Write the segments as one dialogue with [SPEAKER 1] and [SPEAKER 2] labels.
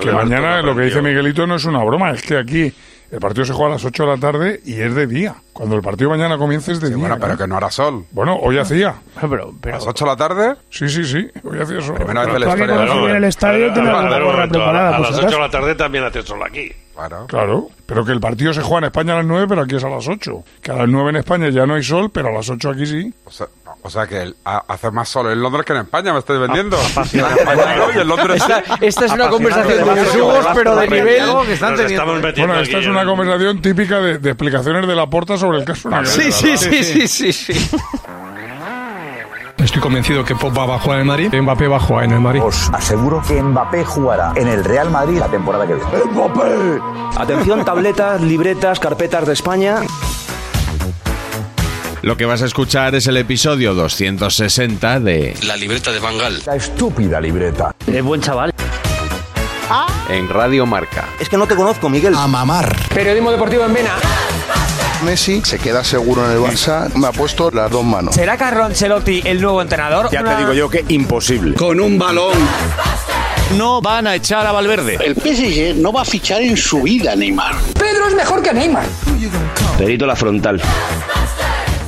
[SPEAKER 1] Que mañana lo que dice Miguelito no es una broma, es que aquí el partido se juega a las 8 de la tarde y es de día. Cuando el partido mañana comience es de día.
[SPEAKER 2] Bueno, pero
[SPEAKER 1] claro.
[SPEAKER 2] que no hará sol.
[SPEAKER 1] Bueno, hoy hacía.
[SPEAKER 3] Ah,
[SPEAKER 1] Ah,
[SPEAKER 3] Pero,
[SPEAKER 2] A
[SPEAKER 3] pero,
[SPEAKER 2] las 8 de la tarde,
[SPEAKER 1] Sí, sí, sí. Hoy hacía eso.
[SPEAKER 2] primera vez en la
[SPEAKER 4] Tú aquí
[SPEAKER 2] historia.
[SPEAKER 4] cuando subir el estadio te
[SPEAKER 5] A
[SPEAKER 4] la
[SPEAKER 5] ver, un
[SPEAKER 4] gorra
[SPEAKER 5] momento,
[SPEAKER 4] preparada.
[SPEAKER 5] a
[SPEAKER 4] por
[SPEAKER 5] las
[SPEAKER 4] si
[SPEAKER 5] 8 de
[SPEAKER 4] acaso.
[SPEAKER 5] la tarde también hace sol aquí.
[SPEAKER 2] Claro.
[SPEAKER 1] Claro, pero que el partido se juega en España a las 9, pero aquí es a las 8. Que a las 9 en España ya no hay sol, pero a las 8 aquí sí.
[SPEAKER 2] O sea, o sea que el- ha- hace más sol en Londres que en España, me
[SPEAKER 5] Ah,
[SPEAKER 2] estáis vendiendo.
[SPEAKER 5] apasionante.
[SPEAKER 2] En España no, y en Londres sí.
[SPEAKER 3] esta, esta es una conversación de
[SPEAKER 2] debate,
[SPEAKER 3] besugos,
[SPEAKER 2] debate,
[SPEAKER 3] pero de
[SPEAKER 2] debate,
[SPEAKER 3] nivel.
[SPEAKER 2] algo
[SPEAKER 3] que
[SPEAKER 5] Nos estamos metiendo
[SPEAKER 1] Bueno, esta
[SPEAKER 5] aquí
[SPEAKER 1] es una
[SPEAKER 5] en-
[SPEAKER 1] conversación típica de, de explicaciones de la porta sobre el caso. Navarro.
[SPEAKER 3] Sí, sí, sí, sí, sí, sí.
[SPEAKER 6] Estoy convencido que Pogba va a jugar en el Madrid, Mbappé va a jugar en el Madrid.
[SPEAKER 7] Os aseguro que Mbappé jugará en el Real Madrid la temporada que viene. ¡Mbappé! Atención, tabletas, libretas, carpetas de España.
[SPEAKER 8] Lo que vas a escuchar es el episodio 260 de
[SPEAKER 7] La libreta de Bangal. La estúpida libreta.
[SPEAKER 3] Es buen chaval.
[SPEAKER 8] En Radio Marca.
[SPEAKER 7] Es que no te conozco, Miguel.
[SPEAKER 3] Periodismo deportivo en Vena.
[SPEAKER 9] Messi se queda seguro en el Barça. Me ha puesto las dos manos.
[SPEAKER 3] ¿Será Carlo Ancelotti el nuevo entrenador? Ya te digo yo.
[SPEAKER 6] Con un balón.
[SPEAKER 8] No van a echar a Valverde.
[SPEAKER 9] El PSG no va a fichar en su vida, Neymar.
[SPEAKER 3] Pedro es mejor que Neymar.
[SPEAKER 7] Perito la frontal.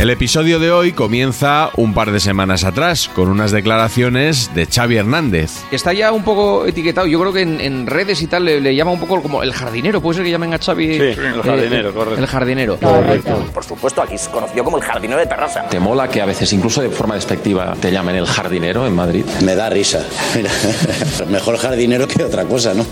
[SPEAKER 8] El episodio de hoy comienza un par de semanas atrás con unas declaraciones de Xavi Hernández.
[SPEAKER 3] Está ya un poco etiquetado. Yo creo que en, en redes y tal le, le llama un poco como el jardinero. Puede ser que llamen a Xavi. Sí, el jardinero, correcto. El jardinero.
[SPEAKER 7] Por supuesto, aquí se conoció como el jardinero de Terraza.
[SPEAKER 6] ¿Te mola que a veces, incluso de forma despectiva, te llamen el jardinero en Madrid?
[SPEAKER 9] Me da risa. Mira, mejor jardinero que otra cosa, ¿no?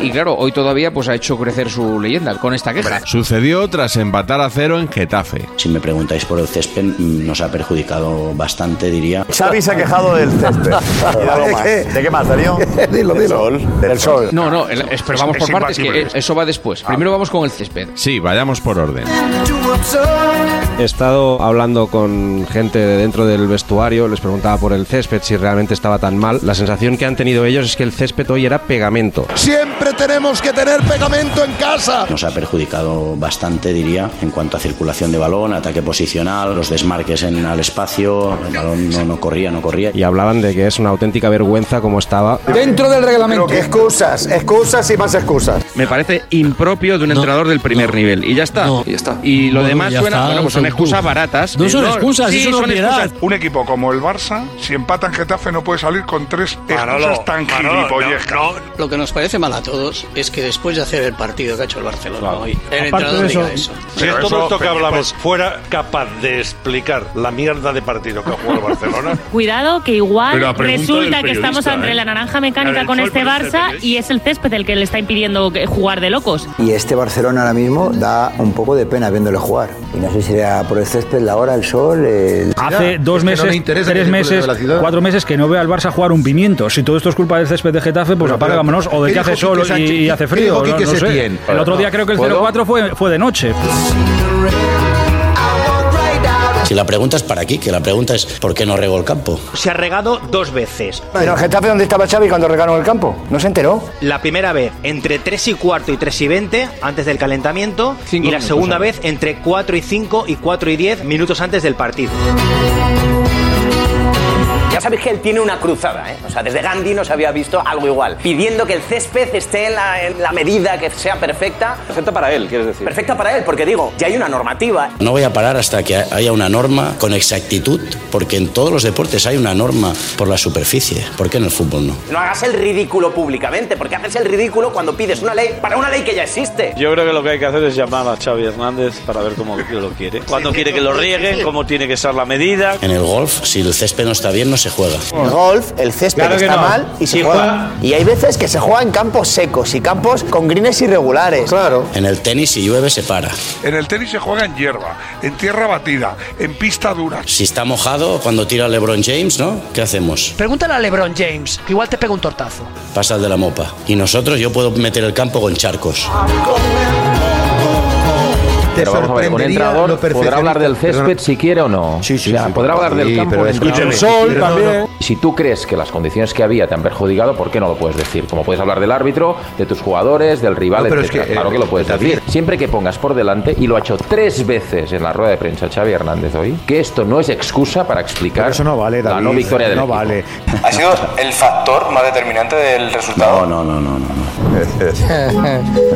[SPEAKER 3] Y claro, hoy todavía pues ha hecho crecer su leyenda con esta queja.
[SPEAKER 8] Sucedió tras empatar a cero en Getafe.
[SPEAKER 9] Si me preguntáis por el césped, mm, nos ha perjudicado bastante, diría.
[SPEAKER 7] Xavi se ha quejado del césped. ¿De qué más, Darío? Dilo, dilo. sol. Del sol.
[SPEAKER 3] No, no, el- es- pero vamos
[SPEAKER 1] es
[SPEAKER 3] por partes, que
[SPEAKER 1] imbatible. Ah.
[SPEAKER 3] e- eso va después. Primero vamos con el césped.
[SPEAKER 8] Sí, vayamos por orden.
[SPEAKER 6] He estado hablando con gente de dentro del vestuario, les preguntaba por el césped si realmente estaba tan mal. La sensación que han tenido ellos es que el césped hoy era pegamento.
[SPEAKER 9] Siempre tenemos que tener pegamento en casa.
[SPEAKER 7] Nos ha perjudicado bastante, diría, en cuanto a circulación de balón, ataque posicional, los desmarques en, al espacio, el balón no, no corría, no corría.
[SPEAKER 6] Y hablaban de que es una auténtica vergüenza como estaba.
[SPEAKER 3] Dentro del reglamento.
[SPEAKER 7] excusas, excusas y más excusas.
[SPEAKER 3] Me parece impropio de un entrenador del primer nivel. Y ya está. Y, lo demás suena, bueno, pues son excusas baratas. Eh, No son excusas, sí, son excusas.
[SPEAKER 1] Un equipo como el Barça, si empata en Getafe, no puede salir con tres excusas
[SPEAKER 5] Manolo,
[SPEAKER 1] tan
[SPEAKER 5] Manolo,
[SPEAKER 1] gilipollejas.
[SPEAKER 5] no, no,
[SPEAKER 9] Lo que nos parece mal a todos es que después de hacer el partido que ha hecho el Barcelona hoy, el
[SPEAKER 4] entrenador de eso- diga
[SPEAKER 9] eso.
[SPEAKER 5] Si
[SPEAKER 1] Pero
[SPEAKER 5] todo
[SPEAKER 1] eso-
[SPEAKER 5] esto que
[SPEAKER 1] pero
[SPEAKER 5] hablamos
[SPEAKER 10] pues,
[SPEAKER 5] fuera capaz de explicar la mierda de partido que ha jugado el Barcelona,
[SPEAKER 11] Cuidado, que igual
[SPEAKER 1] Pero a pregunta
[SPEAKER 11] resulta
[SPEAKER 1] del
[SPEAKER 11] que estamos
[SPEAKER 1] periodista,
[SPEAKER 11] entre
[SPEAKER 1] ¿eh?
[SPEAKER 11] la naranja
[SPEAKER 5] La
[SPEAKER 11] mecánica
[SPEAKER 5] del
[SPEAKER 11] con
[SPEAKER 5] sol
[SPEAKER 11] este
[SPEAKER 5] con este
[SPEAKER 11] Barça
[SPEAKER 5] periodista.
[SPEAKER 11] y es el césped el que le está impidiendo que- jugar de locos.
[SPEAKER 7] Y este Barcelona ahora mismo da un poco de pena viéndolo jugar. Y no sé si era por el césped, la hora, el sol, el...
[SPEAKER 4] Hace dos meses, tres meses, cuatro meses que no veo al Barça jugar un pimiento. Si todo esto es culpa del césped de Getafe, pues apágamonos o de que hace sol y, y hace frío. no- no sé. El otro día creo que el 0-4 fue, fue de noche.
[SPEAKER 9] Si la pregunta es para aquí, que la pregunta es ¿por qué no regó el campo?
[SPEAKER 3] Se ha regado dos veces.
[SPEAKER 7] ¿Pero en Getafe dónde estaba Xavi cuando regaló el campo? ¿No se enteró?
[SPEAKER 3] La primera vez entre 3 y cuarto y 3 y 20 antes del calentamiento y la segunda vez entre 4 y 5 y 4 y 10 minutos antes del partido.
[SPEAKER 12] Ya sabéis que él tiene una cruzada, ¿eh? O sea, desde Gandhi no se había visto algo igual. Pidiendo que el césped esté en la, en la medida que sea perfecta.
[SPEAKER 13] Perfecta para él, quieres decir.
[SPEAKER 12] Perfecta para él, porque digo, ya hay una normativa. ¿eh?
[SPEAKER 9] No voy a parar hasta que haya una norma con exactitud, porque en todos los deportes hay una norma por la superficie. ¿Por qué en el fútbol no?
[SPEAKER 12] No hagas el ridículo públicamente, porque haces el ridículo cuando pides una ley para una ley que ya existe.
[SPEAKER 13] Yo creo que lo que hay que hacer es llamar a Xavi Hernández para ver cómo lo quiere. Cuándo quiere que lo riegue, cómo tiene que ser la medida.
[SPEAKER 9] En el golf, si el césped no está bien, no se juega.
[SPEAKER 14] El golf, el césped
[SPEAKER 13] Claro que
[SPEAKER 14] está
[SPEAKER 13] no.
[SPEAKER 14] mal y se
[SPEAKER 13] Sí, juega.
[SPEAKER 14] juega. Y hay veces que se juega en campos secos y campos con greens irregulares. Claro.
[SPEAKER 9] En el tenis, si llueve, se para.
[SPEAKER 1] En el tenis se juega en hierba, en tierra batida, en pista dura.
[SPEAKER 9] Si está mojado, cuando tira LeBron James, ¿no? ¿Qué hacemos?
[SPEAKER 15] Pregúntale a LeBron James, que igual te pega un tortazo.
[SPEAKER 9] Pasa el de la mopa. Y nosotros, yo puedo meter el campo con charcos.
[SPEAKER 6] Pero vamos a ver, un
[SPEAKER 16] sorprendería lo
[SPEAKER 6] entrenador podrá
[SPEAKER 16] perfeccionista-
[SPEAKER 6] hablar del césped
[SPEAKER 16] Perdona.
[SPEAKER 6] si quiere o no.
[SPEAKER 16] sí,
[SPEAKER 6] O sea,
[SPEAKER 16] sí,
[SPEAKER 6] podrá
[SPEAKER 16] claro.
[SPEAKER 6] hablar del
[SPEAKER 16] Sí,
[SPEAKER 6] campo
[SPEAKER 16] pero
[SPEAKER 6] del
[SPEAKER 16] escúchame,
[SPEAKER 6] entrenador
[SPEAKER 16] el sol
[SPEAKER 6] si quiere o
[SPEAKER 16] también.
[SPEAKER 6] Si tú crees que las condiciones que había te han perjudicado, ¿por qué no lo puedes decir? Como puedes hablar del árbitro, de tus jugadores, del rival,
[SPEAKER 16] No, pero
[SPEAKER 6] etcétera.
[SPEAKER 16] es que,
[SPEAKER 6] claro
[SPEAKER 16] eh,
[SPEAKER 6] que lo puedes
[SPEAKER 16] David-
[SPEAKER 6] decir. Siempre que pongas por delante, y lo ha hecho tres veces en la rueda de prensa Xavi Hernández hoy, que esto no es excusa para explicar
[SPEAKER 16] eso no vale,
[SPEAKER 6] la
[SPEAKER 16] David, eh,
[SPEAKER 6] no victoria del
[SPEAKER 16] no
[SPEAKER 6] equipo.
[SPEAKER 16] vale.
[SPEAKER 6] Ha sido el factor más determinante del resultado.
[SPEAKER 10] No, no, no, no,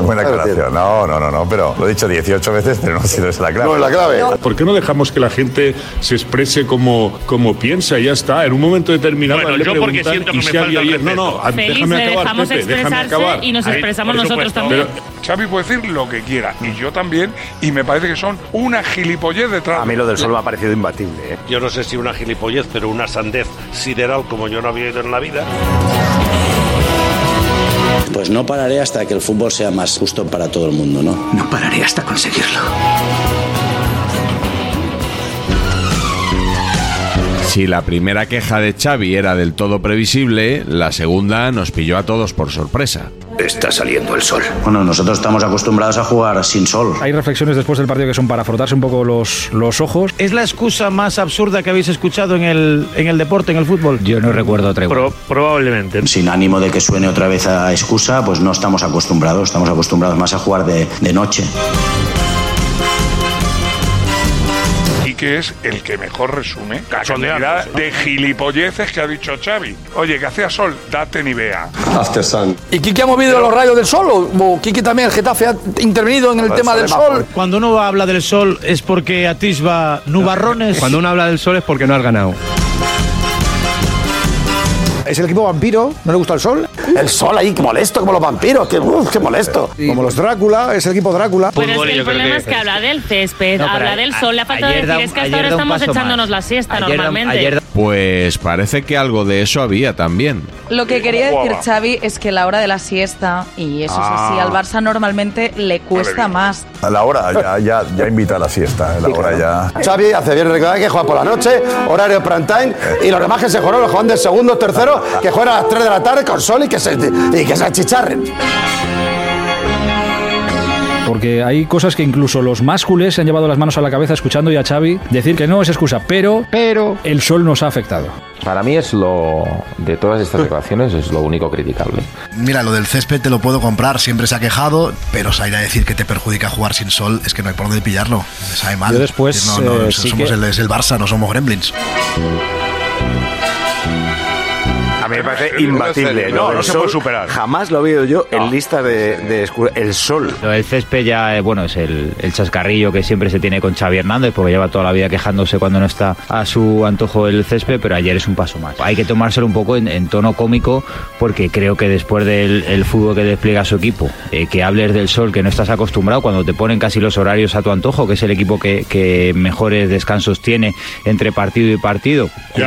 [SPEAKER 10] Buena aclaración. No, no, no, no, pero lo he dicho 18 veces, pero no ha sido esa la clave.
[SPEAKER 17] ¿Por qué no dejamos que la gente se exprese como, como piensa y ya está? En un momento determinado
[SPEAKER 18] Bueno,
[SPEAKER 17] a él le
[SPEAKER 18] yo porque
[SPEAKER 17] preguntan,
[SPEAKER 18] siento que
[SPEAKER 17] ¿y
[SPEAKER 18] me
[SPEAKER 17] si
[SPEAKER 18] falta
[SPEAKER 17] había
[SPEAKER 18] el
[SPEAKER 17] ayer? No, no, a-
[SPEAKER 18] respeto.
[SPEAKER 17] déjame
[SPEAKER 18] Feliz, le
[SPEAKER 17] acabar,
[SPEAKER 18] dejamos
[SPEAKER 17] Pepe, déjame
[SPEAKER 18] expresarse
[SPEAKER 17] acabar.
[SPEAKER 18] y nos
[SPEAKER 17] Ahí,
[SPEAKER 18] expresamos
[SPEAKER 17] por
[SPEAKER 18] nosotros
[SPEAKER 17] supuesto.
[SPEAKER 18] también.
[SPEAKER 17] Pero-
[SPEAKER 1] Xavi puede decir lo que quiera, y yo también, y me parece que son una gilipollez detrás. A mí
[SPEAKER 18] lo del sol me
[SPEAKER 1] ha parecido imbatible.
[SPEAKER 18] Yo no sé si una gilipollez, pero una sandez sideral como yo no había ido en la vida.
[SPEAKER 9] Pues no pararé hasta que el fútbol sea más justo para todo el mundo, ¿no? No pararé hasta conseguirlo.
[SPEAKER 8] Si la primera queja de Xavi era del todo previsible, la segunda nos pilló a todos por sorpresa.
[SPEAKER 9] Está saliendo el sol. Bueno, nosotros estamos acostumbrados a jugar sin sol.
[SPEAKER 4] Hay reflexiones después del partido que son para frotarse un poco los, los ojos.
[SPEAKER 19] ¿Es la excusa más absurda que habéis escuchado en el, en el deporte, en el fútbol? Yo no recuerdo otra
[SPEAKER 9] probablemente. Sin ánimo de que suene otra vez a excusa, pues no estamos acostumbrados. Estamos acostumbrados más a jugar de, de noche.
[SPEAKER 1] Y que es el que mejor resume la cantidad de gilipolleces que ha dicho Xavi. Oye, que hacía sol, date ni vea.
[SPEAKER 20] After Sun.
[SPEAKER 21] ¿Y Quique ha movido los rayos del sol? ¿O, o Quique también, el Getafe, ha intervenido en el tema del sol?
[SPEAKER 19] Cuando uno habla del sol es porque atisba nubarrones.
[SPEAKER 22] Cuando uno habla del sol es porque no has ganado.
[SPEAKER 21] Es el equipo vampiro, no le gusta el sol. El sol ahí, que molesto, como los vampiros, que, uf, que molesto. Como los Drácula, es el equipo Drácula.
[SPEAKER 11] Pero es que el problema es que habla del césped,
[SPEAKER 21] No, pero
[SPEAKER 11] habla
[SPEAKER 21] a-
[SPEAKER 11] Eh, del sol, la falta de
[SPEAKER 21] ayer
[SPEAKER 11] decir
[SPEAKER 21] da un-
[SPEAKER 11] es que hasta
[SPEAKER 21] ayer
[SPEAKER 11] ahora
[SPEAKER 21] da un
[SPEAKER 11] estamos
[SPEAKER 21] paso más.
[SPEAKER 11] echándonos la siesta
[SPEAKER 21] Ayer da un-
[SPEAKER 11] normalmente.
[SPEAKER 8] Pues parece que algo de eso había también.
[SPEAKER 23] Lo
[SPEAKER 1] Eh,
[SPEAKER 23] que quería
[SPEAKER 8] Guava.
[SPEAKER 23] decir Xavi es que la hora de la siesta, y eso
[SPEAKER 8] Ah.
[SPEAKER 23] es así, al Barça normalmente le cuesta más.
[SPEAKER 10] A la hora ya, ya, ya invita a la siesta, eh, la hora ya.
[SPEAKER 14] Xavi hace bien recordar que juega por la noche, horario prime time, y los demás que se juegan, los juegan de segundo, tercero, que juegan a las 3 de la tarde con sol y que se, y que se achicharren.
[SPEAKER 4] Porque hay cosas que incluso los máscules se han llevado las manos a la cabeza escuchando y a Xavi decir que no es excusa, pero, pero el sol nos ha afectado.
[SPEAKER 6] Para mí es lo de todas estas declaraciones es lo único criticable.
[SPEAKER 24] Mira, lo del césped te lo puedo comprar, siempre se ha quejado, pero salir a decir que te perjudica jugar sin sol es que no hay por dónde pillarlo. Me sabe mal.
[SPEAKER 21] Yo después,
[SPEAKER 24] No, no,
[SPEAKER 21] eh,
[SPEAKER 24] so-
[SPEAKER 21] sí
[SPEAKER 24] somos
[SPEAKER 21] que-
[SPEAKER 24] el, es el Barça, no somos Gremlins.
[SPEAKER 25] A mí me parece imbatible.
[SPEAKER 18] No, no
[SPEAKER 25] el
[SPEAKER 18] se puede
[SPEAKER 25] sol
[SPEAKER 18] superar.
[SPEAKER 25] Jamás lo he oído yo en lista de, de escu- El sol.
[SPEAKER 21] El césped ya, eh, bueno, es el, el chascarrillo que siempre se tiene con Xavi Hernández, porque lleva toda la vida quejándose cuando no está a su antojo el césped, pero ayer es un paso más. Hay que tomárselo un poco en, en tono cómico, porque creo que después del el fútbol que despliega su equipo, eh, que hables del sol que no estás acostumbrado, cuando te ponen casi los horarios a tu antojo, que es el equipo que, que mejores descansos tiene entre partido y partido.
[SPEAKER 17] Ya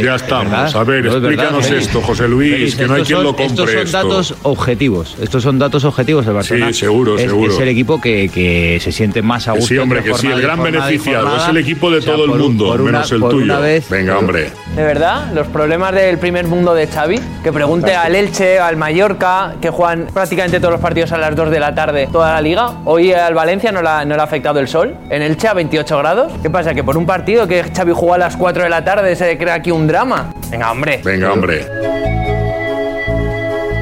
[SPEAKER 17] estamos, ya
[SPEAKER 21] ¿verdad?
[SPEAKER 17] estamos. A ver,
[SPEAKER 21] No, es verdad, ¿eh?
[SPEAKER 17] explícanos
[SPEAKER 21] Félix.
[SPEAKER 17] esto, José Luis,
[SPEAKER 21] Félix,
[SPEAKER 17] que no hay
[SPEAKER 21] estos
[SPEAKER 17] quien
[SPEAKER 21] son-
[SPEAKER 17] lo compre
[SPEAKER 21] Estos
[SPEAKER 17] esto.
[SPEAKER 21] son datos objetivos. Estos son datos objetivos del Barcelona.
[SPEAKER 17] Sí, seguro,
[SPEAKER 21] es,
[SPEAKER 17] seguro.
[SPEAKER 21] Es el equipo que, que se siente más a
[SPEAKER 17] Que
[SPEAKER 21] gusto.
[SPEAKER 17] sí, hombre,
[SPEAKER 21] entre
[SPEAKER 17] que sí,
[SPEAKER 21] jornada
[SPEAKER 17] el
[SPEAKER 21] y
[SPEAKER 17] gran
[SPEAKER 21] jornada y
[SPEAKER 17] beneficiado.
[SPEAKER 21] jornada.
[SPEAKER 17] Es el equipo de
[SPEAKER 21] O sea,
[SPEAKER 17] todo el
[SPEAKER 21] por un-
[SPEAKER 17] mundo,
[SPEAKER 21] por una-
[SPEAKER 17] menos el
[SPEAKER 21] por una
[SPEAKER 17] tuyo.
[SPEAKER 21] vez-
[SPEAKER 17] Venga, hombre.
[SPEAKER 3] De verdad, los problemas del primer mundo de Xavi, que pregunte al Elche, al Mallorca, que juegan prácticamente todos los partidos a las 2 de la tarde toda la liga. Hoy al Valencia no le ha, no le ha afectado el sol, en Elche a 28 grados. ¿Qué pasa? Que por un partido que Xavi jugó a las 4 de la tarde se crea aquí un drama. Venga, hombre.
[SPEAKER 17] Venga, hombre.
[SPEAKER 11] Eh,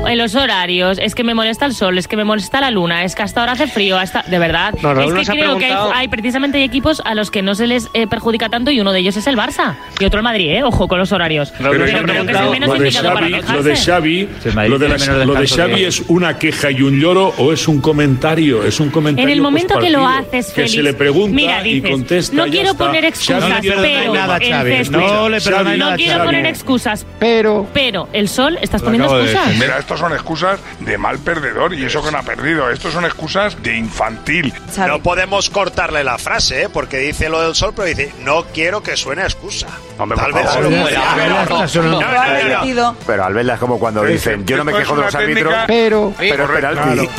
[SPEAKER 11] en los horarios, es que me molesta el sol, es que me molesta la luna, es que hasta ahora hace frío, hasta de verdad.
[SPEAKER 13] No, Raúl
[SPEAKER 11] es
[SPEAKER 13] nos
[SPEAKER 11] que
[SPEAKER 13] ha
[SPEAKER 11] creo que hay,
[SPEAKER 13] preguntado-
[SPEAKER 11] hay- precisamente hay equipos a los que no se les eh, perjudica tanto y uno de ellos es el Barça y otro el Madrid, ¿eh? Ojo con los horarios.
[SPEAKER 17] Pero yo
[SPEAKER 11] Pero
[SPEAKER 17] he
[SPEAKER 11] creo que es
[SPEAKER 17] preguntado,
[SPEAKER 11] el menos
[SPEAKER 17] lo de
[SPEAKER 11] indicado para
[SPEAKER 17] Xavi,
[SPEAKER 11] quejarse.
[SPEAKER 17] lo de Xavi,
[SPEAKER 22] Madrid
[SPEAKER 17] lo de,
[SPEAKER 22] tiene
[SPEAKER 17] las-
[SPEAKER 22] menos
[SPEAKER 17] lo de
[SPEAKER 22] descanso
[SPEAKER 17] Xavi
[SPEAKER 22] que-
[SPEAKER 17] es una queja y un lloro o es un comentario, es un comentario.
[SPEAKER 11] En el momento que lo
[SPEAKER 17] postpartido,
[SPEAKER 11] haces,
[SPEAKER 17] que
[SPEAKER 11] Félix,
[SPEAKER 17] se le pregunta
[SPEAKER 11] mira, dices,
[SPEAKER 17] y contesta.
[SPEAKER 11] no
[SPEAKER 17] ya
[SPEAKER 11] quiero
[SPEAKER 17] está.
[SPEAKER 11] poner
[SPEAKER 17] Xavi
[SPEAKER 11] excusas,
[SPEAKER 17] no
[SPEAKER 11] pero
[SPEAKER 17] quiere perdonar nada a
[SPEAKER 11] el
[SPEAKER 17] Xavi,
[SPEAKER 11] césped-
[SPEAKER 17] no le perdonáis
[SPEAKER 11] no
[SPEAKER 17] nada a
[SPEAKER 11] quiero
[SPEAKER 17] Xavi.
[SPEAKER 11] poner excusas, pero pero el sol estás poniendo excusas.
[SPEAKER 1] Mira, estos son excusas de mal perdedor y eso que no ha perdido. Estos son excusas de infantil.
[SPEAKER 26] No podemos cortarle la frase, ¿eh? porque dice lo del sol, pero dice, no quiero que suene a excusa. Tal
[SPEAKER 25] por
[SPEAKER 26] vez
[SPEAKER 25] favor.
[SPEAKER 26] lo
[SPEAKER 25] Sí,
[SPEAKER 26] pueda.
[SPEAKER 25] sí,
[SPEAKER 26] pero
[SPEAKER 25] sí, sí,
[SPEAKER 26] no.
[SPEAKER 25] sí, sí,
[SPEAKER 26] No,
[SPEAKER 25] sí,
[SPEAKER 26] no, no, no.
[SPEAKER 25] Pero al verla es como cuando dicen, yo no me
[SPEAKER 1] pues
[SPEAKER 26] esto
[SPEAKER 25] quejo
[SPEAKER 26] es
[SPEAKER 25] de
[SPEAKER 26] una
[SPEAKER 25] los árbitros,
[SPEAKER 26] técnica-
[SPEAKER 25] pero, pero
[SPEAKER 26] Correcto,
[SPEAKER 25] penalti.
[SPEAKER 26] claro.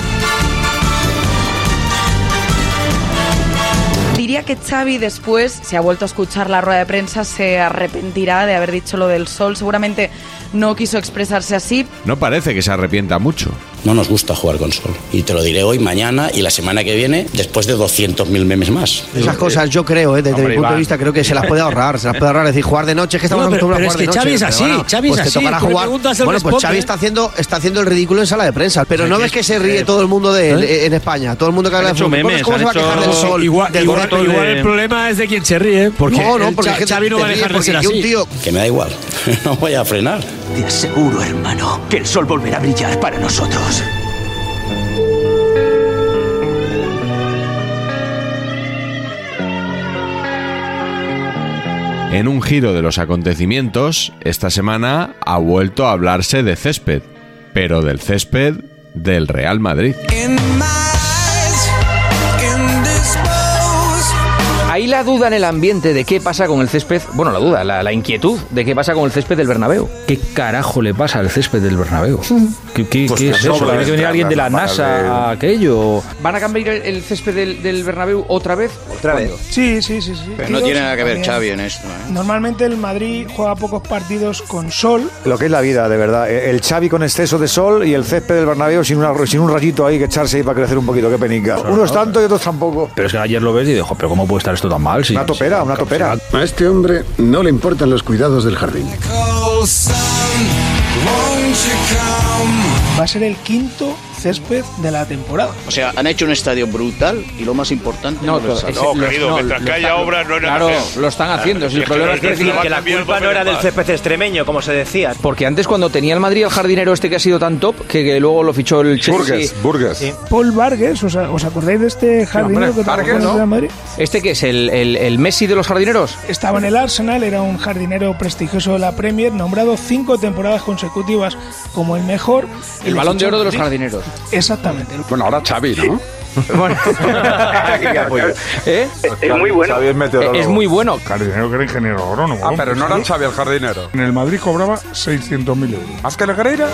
[SPEAKER 23] Diría que Xavi después, si ha vuelto a escuchar la rueda de prensa, se arrepentirá de haber dicho lo del sol. Seguramente no quiso expresarse así,
[SPEAKER 8] No parece que se arrepienta mucho.
[SPEAKER 9] No nos gusta jugar con sol. Y te lo diré hoy, mañana y la semana que viene, después de 200.000 memes más.
[SPEAKER 27] Esas cosas yo creo, eh, desde
[SPEAKER 9] Hombre,
[SPEAKER 27] mi punto
[SPEAKER 9] Iván.
[SPEAKER 27] de vista, creo que se las puede ahorrar, se las puede ahorrar, es decir, jugar de noche, es que estamos
[SPEAKER 5] No, pero-
[SPEAKER 27] acostumbrados a
[SPEAKER 5] pero es
[SPEAKER 27] jugar de noche.
[SPEAKER 5] que Xavi es
[SPEAKER 27] pero
[SPEAKER 5] así,
[SPEAKER 27] bueno,
[SPEAKER 5] Xavi es
[SPEAKER 27] pues te
[SPEAKER 5] así,
[SPEAKER 27] tocará
[SPEAKER 5] tú le
[SPEAKER 27] jugar.
[SPEAKER 5] preguntas al
[SPEAKER 27] Bueno, pues
[SPEAKER 5] Sport,
[SPEAKER 27] Xavi
[SPEAKER 5] ¿eh?
[SPEAKER 27] está haciendo, está haciendo el ridículo en sala de prensa, pero
[SPEAKER 5] Sí,
[SPEAKER 27] no
[SPEAKER 5] sí,
[SPEAKER 27] ves que
[SPEAKER 5] sí,
[SPEAKER 27] se ríe
[SPEAKER 5] eh,
[SPEAKER 27] todo el mundo de él
[SPEAKER 5] ¿eh?
[SPEAKER 27] eh, en España, todo el mundo que habla de
[SPEAKER 5] Han hecho
[SPEAKER 27] fútbol.
[SPEAKER 5] memes,
[SPEAKER 27] ¿Cómo se va a
[SPEAKER 5] han hecho-
[SPEAKER 27] quejar del sol?
[SPEAKER 5] Igual,
[SPEAKER 27] del
[SPEAKER 5] igual-
[SPEAKER 27] gordo,
[SPEAKER 5] igual
[SPEAKER 27] de-
[SPEAKER 5] el problema es de quien se ríe, porque,
[SPEAKER 27] No, no,
[SPEAKER 5] el
[SPEAKER 27] porque
[SPEAKER 5] Xa-
[SPEAKER 27] gente
[SPEAKER 5] Xavi no
[SPEAKER 27] te
[SPEAKER 5] va a
[SPEAKER 27] ríe
[SPEAKER 5] dejar de
[SPEAKER 27] porque
[SPEAKER 5] ser
[SPEAKER 27] yo
[SPEAKER 5] así.
[SPEAKER 27] un tío-
[SPEAKER 9] Que me da igual, no voy a frenar.
[SPEAKER 3] Te aseguro, hermano, que el sol volverá a brillar para nosotros.
[SPEAKER 8] En un giro de los acontecimientos, esta semana ha vuelto a hablarse de césped, pero del césped del Real Madrid.
[SPEAKER 3] Ahí la duda en el ambiente de qué pasa con el césped, bueno, la duda, la, la inquietud de qué pasa con el césped del Bernabéu.
[SPEAKER 4] ¿Qué carajo le pasa al césped del Bernabéu? ¿Qué, qué-
[SPEAKER 3] Pues
[SPEAKER 4] qué
[SPEAKER 3] te
[SPEAKER 4] es eso?
[SPEAKER 3] sobra
[SPEAKER 4] ¿Tiene que venir
[SPEAKER 3] entrar
[SPEAKER 4] alguien de la
[SPEAKER 3] las lámparas
[SPEAKER 4] NASA
[SPEAKER 3] de-
[SPEAKER 4] a aquello?
[SPEAKER 3] ¿Van a cambiar el, el césped del, del Bernabéu otra vez? ¿Otra vez?
[SPEAKER 28] Sí, sí, sí, sí.
[SPEAKER 3] Pero no tiene nada que ver
[SPEAKER 28] También.
[SPEAKER 3] Xavi
[SPEAKER 28] Xavi
[SPEAKER 3] en esto, ¿eh?
[SPEAKER 28] Normalmente el Madrid juega pocos partidos con sol.
[SPEAKER 7] Lo que es la vida, de verdad. E-, El Xavi con exceso de sol y el césped del Bernabéu sin, una- sin un rayito ahí que echarse ahí para crecer un poquito. Qué penica. Unos tanto y otros tampoco.
[SPEAKER 4] Pero es que ayer lo ves y dijo, pero ¿cómo puede estar esto tan mal? Si,
[SPEAKER 7] Una topera, una topera.
[SPEAKER 29] A este hombre no le importan los cuidados del jardín.
[SPEAKER 28] Va a ser el quinto césped de la temporada.
[SPEAKER 16] O sea, han hecho un estadio brutal y lo más importante.
[SPEAKER 3] No,
[SPEAKER 16] lo
[SPEAKER 3] to-
[SPEAKER 16] saben.
[SPEAKER 3] es- los- no, lo están- Claro, lo están haciendo. si el problema es que, decir que la culpa no era del
[SPEAKER 5] césped extremeño, como se decía.
[SPEAKER 3] Porque antes cuando tenía el Madrid al jardinero este que ha sido tan top, que, que luego lo fichó el Chelsea.
[SPEAKER 7] Burgess, Burgess. Sí.
[SPEAKER 28] Paul Vargas, ¿os, os acordáis de este jardinero que trabajó en el Real Madrid?
[SPEAKER 3] ¿Este que es? ¿El, el, el Messi de los jardineros?
[SPEAKER 28] Estaba en el Arsenal, era un jardinero prestigioso de la Premier, nombrado cinco temporadas consecutivas como el mejor. Y
[SPEAKER 3] El
[SPEAKER 28] le
[SPEAKER 3] balón de
[SPEAKER 28] fichó
[SPEAKER 3] oro de los
[SPEAKER 28] el Madrid.
[SPEAKER 3] jardineros.
[SPEAKER 28] Exactamente.
[SPEAKER 29] Bueno, ahora Xavi, ¿no?
[SPEAKER 3] Bueno. ¿Eh?
[SPEAKER 29] Es muy bueno. Xavi Eh, es meteorólogo.
[SPEAKER 3] Es muy bueno.
[SPEAKER 1] Jardinero que era ingeniero agrónomo.
[SPEAKER 29] Ah, pero no era Xavi el jardinero.
[SPEAKER 1] En el Madrid cobraba 600.000 euros.
[SPEAKER 29] ¿Más que la Guerreira?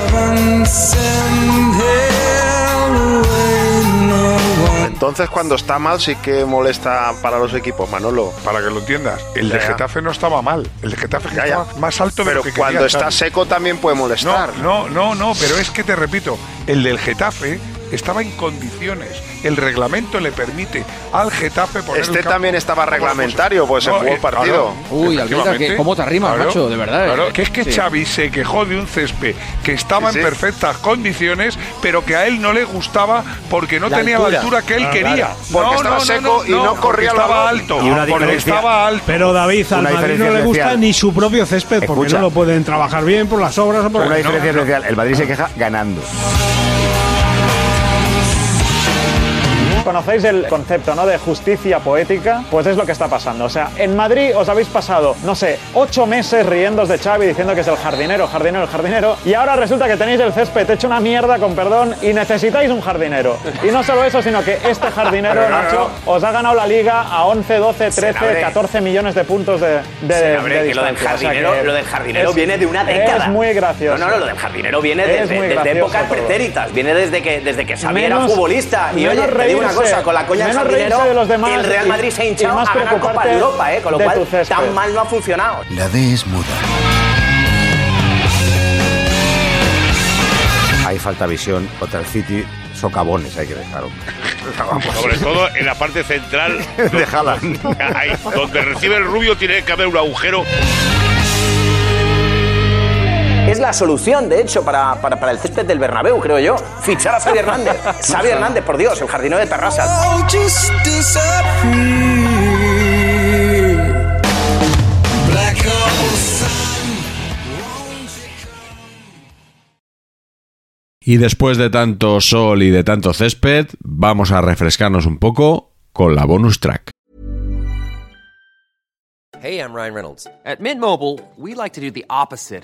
[SPEAKER 26] Entonces, cuando está mal, sí que molesta para los equipos, Manolo.
[SPEAKER 1] Para que lo entiendas, El de Getafe no estaba mal. El de Getafe
[SPEAKER 26] Ya, ya.
[SPEAKER 1] estaba más alto de
[SPEAKER 26] Pero
[SPEAKER 1] lo que
[SPEAKER 26] cuando
[SPEAKER 1] quería
[SPEAKER 26] está
[SPEAKER 1] Xavi.
[SPEAKER 26] seco también puede molestar.
[SPEAKER 1] No, no, no, pero es que te repito, el del Getafe estaba en condiciones. El reglamento le permite al Getafe poner
[SPEAKER 26] Este
[SPEAKER 1] el campo
[SPEAKER 26] también estaba
[SPEAKER 1] como lo puso.
[SPEAKER 26] reglamentario, pues se jugó el
[SPEAKER 1] eh, claro,
[SPEAKER 26] partido.
[SPEAKER 3] Uy, Almeida,
[SPEAKER 1] efectivamente.
[SPEAKER 3] que- cómo te arrimas, macho, de verdad,
[SPEAKER 1] claro,
[SPEAKER 3] eh.
[SPEAKER 1] que es que
[SPEAKER 3] Sí.
[SPEAKER 1] Xavi se quejó de un césped que estaba
[SPEAKER 26] Sí,
[SPEAKER 1] en
[SPEAKER 26] sí.
[SPEAKER 1] perfectas condiciones, pero que a él no le gustaba porque no
[SPEAKER 26] La
[SPEAKER 1] tenía
[SPEAKER 26] altura.
[SPEAKER 1] la altura que él
[SPEAKER 26] Claro,
[SPEAKER 1] quería.
[SPEAKER 26] claro. Porque estaba seco y no
[SPEAKER 1] porque
[SPEAKER 26] corría la
[SPEAKER 1] estaba
[SPEAKER 26] bola.
[SPEAKER 1] alto.
[SPEAKER 26] Y una
[SPEAKER 1] porque
[SPEAKER 26] diferencia-
[SPEAKER 1] estaba alto.
[SPEAKER 5] Pero David, al
[SPEAKER 1] Una
[SPEAKER 5] Madrid
[SPEAKER 1] diferencia
[SPEAKER 5] no le gusta
[SPEAKER 1] esencial.
[SPEAKER 5] ni su propio césped, porque
[SPEAKER 1] Escucha.
[SPEAKER 5] no lo pueden trabajar bien por las obras o por
[SPEAKER 25] Una
[SPEAKER 5] No,
[SPEAKER 25] diferencia especial. El Madrid se queja ganando.
[SPEAKER 20] ¿Conocéis el concepto ¿no? de justicia poética? Pues es lo que está pasando. O sea, en Madrid os habéis pasado, no sé, ocho meses riéndos de Xavi diciendo que es el jardinero, jardinero, jardinero. Y ahora resulta que tenéis el césped hecho una mierda, con perdón, y necesitáis un jardinero. Y no solo eso, sino que este jardinero,
[SPEAKER 26] Pero no,
[SPEAKER 20] Nacho, os ha ganado la liga a 11, 12, 13,
[SPEAKER 12] Senabre.
[SPEAKER 20] 14 millones de puntos de, de,
[SPEAKER 12] Senabre,
[SPEAKER 20] de
[SPEAKER 12] que lo del
[SPEAKER 20] distancia. O sea
[SPEAKER 12] jardinero-
[SPEAKER 20] que
[SPEAKER 12] lo del jardinero
[SPEAKER 20] es-
[SPEAKER 12] viene de una década.
[SPEAKER 20] Es muy gracioso.
[SPEAKER 12] No, no, no, lo del jardinero viene
[SPEAKER 20] Es
[SPEAKER 12] desde,
[SPEAKER 20] muy
[SPEAKER 12] desde
[SPEAKER 20] gracioso
[SPEAKER 12] épocas
[SPEAKER 20] todo.
[SPEAKER 12] pretéritas, viene desde que, desde que Xavi era
[SPEAKER 20] Menos-
[SPEAKER 12] futbolista. Y
[SPEAKER 20] menos
[SPEAKER 12] oye, te digo una
[SPEAKER 20] reírse,
[SPEAKER 12] cosa, con la coña del
[SPEAKER 20] menos reírse
[SPEAKER 12] jardinero,
[SPEAKER 20] de los demás
[SPEAKER 12] el Real
[SPEAKER 20] y-
[SPEAKER 12] Madrid se ha
[SPEAKER 20] y
[SPEAKER 12] hinchado
[SPEAKER 20] más
[SPEAKER 12] a ganar Copa de
[SPEAKER 20] preocuparte
[SPEAKER 12] Europa, eh, con lo
[SPEAKER 20] de
[SPEAKER 12] cual
[SPEAKER 20] tu césped.
[SPEAKER 12] tan mal no ha funcionado.
[SPEAKER 24] La D es muda.
[SPEAKER 25] Ahí falta visión. Otra el City, socavones hay que dejar. hombre.
[SPEAKER 26] Sobre todo en la parte central. de Ahí, donde recibe el rubio tiene que haber un agujero.
[SPEAKER 12] Es la solución, de hecho, para, para- para el césped del Bernabéu, creo yo. Fichar a Xavi Hernández. Xavi Hernández, por Dios, el jardinero de Terrassa.
[SPEAKER 8] Y después de tanto sol y de tanto césped, vamos a refrescarnos un poco con la bonus track.
[SPEAKER 18] Hey, I'm Ryan Reynolds. At Mint Mobile, we like to do the opposite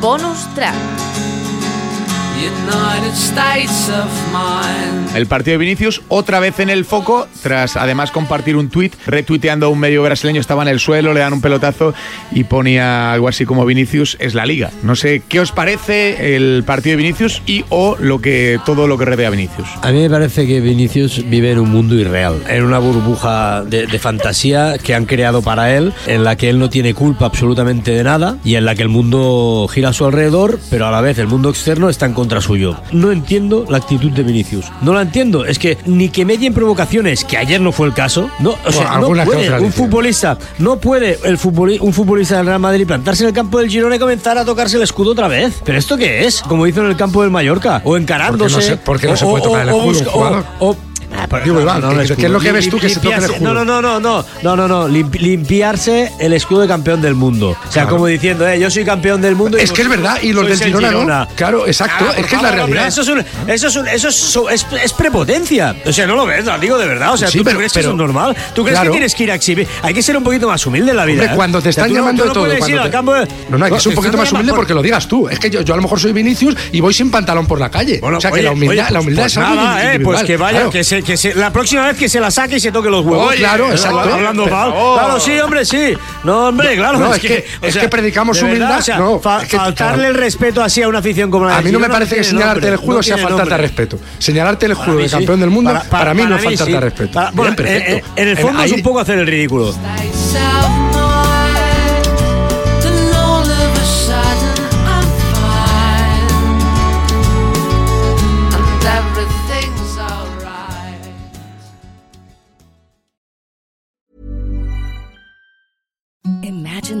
[SPEAKER 14] Bonus track. United States of mine.
[SPEAKER 18] El partido de Vinicius otra vez en el foco, tras además compartir un tuit, retuiteando a un medio brasileño, estaba en el suelo, le dan un pelotazo y ponía algo así como Vinicius es la liga. No sé, ¿qué os parece el partido de Vinicius y o lo que, todo lo que rodea a Vinicius?
[SPEAKER 15] A mí me parece que Vinicius vive en un mundo irreal, en una burbuja de, de fantasía que han creado para él, en la que él no tiene culpa absolutamente de nada y en la que el mundo gira a su alrededor, pero a la vez el mundo externo está en contra suyo. No entiendo la actitud de Vinicius. No la entiendo. Es que ni que medien provocaciones, que ayer no fue el caso. No, o sea, no
[SPEAKER 6] algunas que
[SPEAKER 15] puede
[SPEAKER 6] otras
[SPEAKER 15] un
[SPEAKER 6] dicen.
[SPEAKER 15] futbolista, no puede el futboli- un futbolista del Real Madrid plantarse en el campo del Girona y comenzar a tocarse el escudo otra vez. ¿Pero esto qué es? Como hizo en el campo del Mallorca, o encarándose.
[SPEAKER 6] Porque no se- porque no
[SPEAKER 15] o-
[SPEAKER 6] se puede
[SPEAKER 15] o-
[SPEAKER 6] tocar el
[SPEAKER 15] o- o
[SPEAKER 6] escudo un
[SPEAKER 15] busca- o-
[SPEAKER 6] jugador.
[SPEAKER 15] o- Ah, pero
[SPEAKER 6] Digo,
[SPEAKER 15] no,
[SPEAKER 6] Iván,
[SPEAKER 15] no, no,
[SPEAKER 6] ¿qué-
[SPEAKER 15] el
[SPEAKER 6] qué es lo
[SPEAKER 15] escudo.
[SPEAKER 6] que ves tú que se toca el
[SPEAKER 15] Limpiarse-
[SPEAKER 6] escudo?
[SPEAKER 15] No, no, no, no, no, no, no, no, lim- limpiarse el escudo de campeón del mundo. O sea,
[SPEAKER 6] Claro.
[SPEAKER 15] como diciendo, eh, yo soy campeón del mundo.
[SPEAKER 6] Es que es verdad, y los del Girona no. Claro,
[SPEAKER 15] Ah,
[SPEAKER 6] exacto, es que es la realidad.
[SPEAKER 15] eso es, un- eso es, un- eso es, so- es- es prepotencia. O sea, no lo ves, lo digo de verdad. O sea,
[SPEAKER 6] Sí,
[SPEAKER 15] ¿tú, tú
[SPEAKER 6] pero-
[SPEAKER 15] crees
[SPEAKER 6] pero-
[SPEAKER 15] que eso es normal? ¿Tú crees
[SPEAKER 6] claro.
[SPEAKER 15] que tienes que ir a exhibir? Hay que ser un poquito más humilde en la vida.
[SPEAKER 6] Hombre,
[SPEAKER 15] ¿eh?
[SPEAKER 6] cuando te
[SPEAKER 15] O sea,
[SPEAKER 6] están
[SPEAKER 15] tú no-
[SPEAKER 6] llamando
[SPEAKER 15] tú
[SPEAKER 6] de todo.
[SPEAKER 15] No puedes ir
[SPEAKER 6] cuando
[SPEAKER 15] al
[SPEAKER 6] te-
[SPEAKER 15] campo de-
[SPEAKER 6] No, no, hay que ser un
[SPEAKER 15] te
[SPEAKER 6] poquito
[SPEAKER 15] están
[SPEAKER 6] más humilde
[SPEAKER 15] llamando-
[SPEAKER 6] porque lo digas tú. Es que yo, yo a lo mejor soy Vinicius y voy sin pantalón por la calle. o sea, que
[SPEAKER 15] Oye,
[SPEAKER 6] la humildad,
[SPEAKER 15] oye,
[SPEAKER 6] la humildad
[SPEAKER 15] pues
[SPEAKER 6] es algo
[SPEAKER 15] nada, eh,
[SPEAKER 6] individual,
[SPEAKER 15] pues que vaya,
[SPEAKER 6] claro.
[SPEAKER 15] que, se, que se- la próxima vez que se la saque y se toque los huevos.
[SPEAKER 6] Oye, claro,
[SPEAKER 15] Eh,
[SPEAKER 6] exacto.
[SPEAKER 15] Hablando
[SPEAKER 6] Pero-
[SPEAKER 15] mal.
[SPEAKER 6] oh.
[SPEAKER 15] Claro, sí, hombre, sí. No, hombre, claro.
[SPEAKER 6] No, es que- es que predicamos
[SPEAKER 15] de
[SPEAKER 6] humildad,
[SPEAKER 15] o sea,
[SPEAKER 6] no,
[SPEAKER 15] fa-
[SPEAKER 6] es que-
[SPEAKER 15] faltarle
[SPEAKER 6] claro.
[SPEAKER 15] el respeto así a una afición como la
[SPEAKER 6] A
[SPEAKER 15] del
[SPEAKER 6] mí no me
[SPEAKER 15] Girona
[SPEAKER 6] parece que
[SPEAKER 15] tiene
[SPEAKER 6] señalarte
[SPEAKER 15] nombre,
[SPEAKER 6] el juego
[SPEAKER 15] no
[SPEAKER 6] sea
[SPEAKER 15] tiene
[SPEAKER 6] faltarte al
[SPEAKER 15] nombre.
[SPEAKER 6] respeto. Señalarte el juego
[SPEAKER 15] mí
[SPEAKER 6] de
[SPEAKER 15] sí.
[SPEAKER 6] campeón del mundo,
[SPEAKER 15] Para-
[SPEAKER 6] para,
[SPEAKER 15] para-
[SPEAKER 6] mí no
[SPEAKER 15] para
[SPEAKER 6] es
[SPEAKER 15] mí
[SPEAKER 6] faltarte
[SPEAKER 15] sí.
[SPEAKER 6] al respeto.
[SPEAKER 15] Para- bueno,
[SPEAKER 6] Bien,
[SPEAKER 15] eh, eh,
[SPEAKER 6] perfecto.
[SPEAKER 15] en el fondo es un poco hacer el ridículo.
[SPEAKER 14] Self mine. Then all of a sudden I'm fine. And everything's alright.
[SPEAKER 10] Imagine